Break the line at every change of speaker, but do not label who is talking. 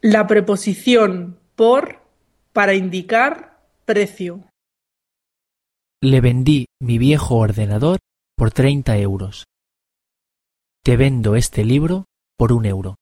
La preposición "por" para indicar precio.
Le vendí mi viejo ordenador por treinta euros. Te vendo este libro por un euro.